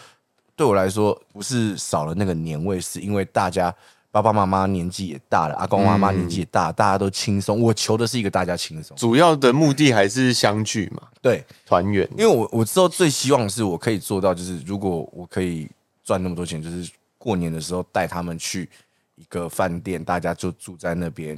[SPEAKER 2] 对我来说不是少了那个年味，是因为大家爸爸妈妈年纪也大了，阿公阿妈年纪也大，大家都轻松。我求的是一个大家轻松，
[SPEAKER 3] 主要的目的还是相聚嘛，
[SPEAKER 2] 对，
[SPEAKER 3] 团圆。
[SPEAKER 2] 因为我我之后最希望的是我可以做到，就是如果我可以赚那么多钱，就是过年的时候带他们去一个饭店，大家就住在那边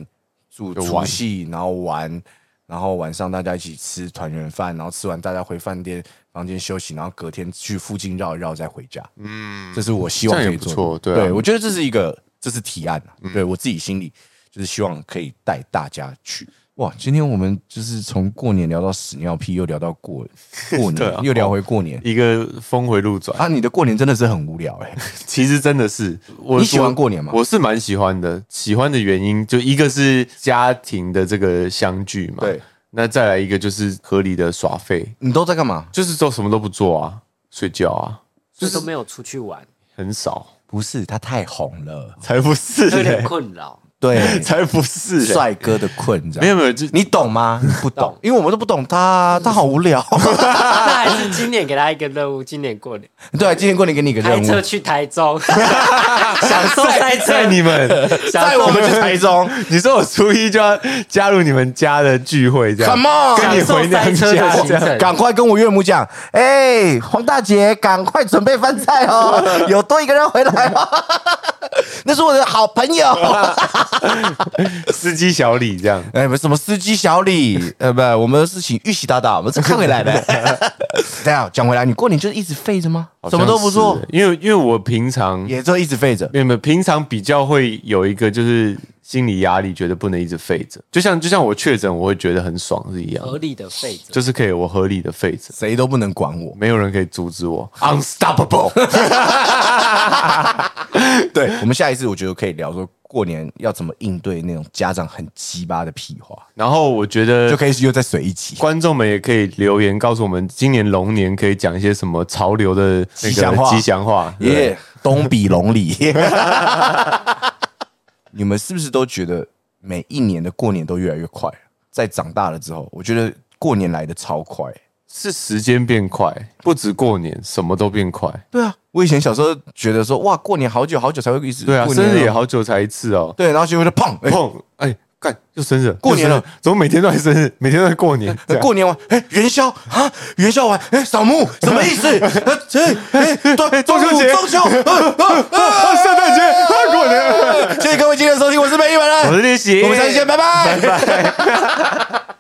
[SPEAKER 2] 住
[SPEAKER 3] 就
[SPEAKER 2] 除
[SPEAKER 3] 玩
[SPEAKER 2] 夕，然后玩，然后晚上大家一起吃团圆饭，然后吃完大家回饭店房间休息，然后隔天去附近绕一绕再回家。嗯，这是我希望
[SPEAKER 3] 这样也
[SPEAKER 2] 可以做的。
[SPEAKER 3] 不错对啊嗯
[SPEAKER 2] 我觉得这是一个这是提案、啊对我自己心里就是希望可以带大家去。哇，今天我们就是从过年聊到屎尿屁，又聊到 过过
[SPEAKER 3] 对
[SPEAKER 2] 年，
[SPEAKER 3] 啊
[SPEAKER 2] 又聊回过年。
[SPEAKER 3] 一个峰回路转。
[SPEAKER 2] 啊，你的过年真的是很无聊哎、
[SPEAKER 3] 其实真的是，我
[SPEAKER 2] 你喜欢过年吗
[SPEAKER 3] 我是蛮喜欢的，喜欢的原因就一个是家庭的这个相聚嘛，
[SPEAKER 2] 对。
[SPEAKER 3] 那再来一个就是合理的耍费，
[SPEAKER 2] 你都在干嘛？
[SPEAKER 3] 就是都什么都不做啊，睡觉啊，
[SPEAKER 4] 所以都没有出去玩，
[SPEAKER 3] 很少，
[SPEAKER 2] 不是，他太红了，
[SPEAKER 3] 才不是、
[SPEAKER 4] 有点
[SPEAKER 3] 欸，
[SPEAKER 4] 困 扰。
[SPEAKER 2] 对，
[SPEAKER 3] 才不是、欸，
[SPEAKER 2] 帅哥的困 扰。
[SPEAKER 3] 没有没有，就
[SPEAKER 2] 你懂吗？不懂
[SPEAKER 4] 懂，
[SPEAKER 2] 因为我们都不懂他，他好无聊。
[SPEAKER 4] 那还是今年给他一个任务，今年过年
[SPEAKER 2] 对，啊今天过年给你一个任
[SPEAKER 4] 开
[SPEAKER 2] 务，
[SPEAKER 4] 车去台中， 享受塞
[SPEAKER 3] 在
[SPEAKER 4] 车。
[SPEAKER 3] 你们，
[SPEAKER 4] 享受
[SPEAKER 2] 载我们去台 中。
[SPEAKER 3] 你说我初一就要加入你们家的聚会，这样
[SPEAKER 2] Come on，
[SPEAKER 3] 跟你回娘
[SPEAKER 4] 享受塞车的
[SPEAKER 2] 哎
[SPEAKER 3] 家
[SPEAKER 4] 行
[SPEAKER 3] 这样
[SPEAKER 4] 程。
[SPEAKER 2] 赶快跟我岳母讲，哎、黄大姐，赶快准备饭菜 哦，有多一个人回来哦， 那是我的好朋友。
[SPEAKER 3] 司机小李这样。
[SPEAKER 2] 哎，不是什么司机小李，呃，不，我们是请玉玺大大，我们是看回 来的。这样讲回来，你过年就是一直废着吗？什么都不
[SPEAKER 3] 好
[SPEAKER 2] 做
[SPEAKER 3] 像是，，欸因为因为我平常
[SPEAKER 2] 也就一直废着。
[SPEAKER 3] 没有没有，平常比较会有一个就是心理压力，觉得不能一直废着，就像就像我确诊，我会觉得很爽是一样的，
[SPEAKER 4] 合理的费着，
[SPEAKER 3] 就是可以我合理的废着，
[SPEAKER 2] 谁都不能管我，
[SPEAKER 3] 没有人可以阻止我，unstoppable。
[SPEAKER 2] 啊对我们下一次我觉得可以聊说过年要怎么应对那种家长很鸡巴的屁话，
[SPEAKER 3] 然后我觉得
[SPEAKER 2] 就可以又再水一集。
[SPEAKER 3] 观众们也可以留言告诉我们，今年龙年可以讲一些什么潮流的那个
[SPEAKER 2] 吉祥话
[SPEAKER 3] 吉祥话，对不对
[SPEAKER 2] 耶，东比龙里。 你们是不是都觉得每一年的过年都越来越快？啊在长大了之后，我觉得过年来的超快。
[SPEAKER 3] 是时间变快，不止过年，什么都变快。
[SPEAKER 2] 对啊，我以前小时候觉得说，哇，过年好久好久才会一次，
[SPEAKER 3] 对啊，
[SPEAKER 2] 过
[SPEAKER 3] 生
[SPEAKER 2] 年哦
[SPEAKER 3] 日也
[SPEAKER 2] 了，
[SPEAKER 3] 好久才一次哦。
[SPEAKER 2] 对，然后结果就砰，哎
[SPEAKER 3] 碰，哎，干又生日了，
[SPEAKER 2] 过年了
[SPEAKER 3] 又生日，怎么每天都在生日，每天都在过年？这样
[SPEAKER 2] 过年完，哎、元宵啊，元宵完，哎、扫墓，什么意 思？哎、哎、对，
[SPEAKER 3] 中秋节
[SPEAKER 2] 中秋，啊啊
[SPEAKER 3] 啊，圣诞节，啊，过年。
[SPEAKER 2] 哎啊谢谢各位今天的收听，我是梅一文人，
[SPEAKER 3] 我是练习，
[SPEAKER 2] 我们下期见，拜拜。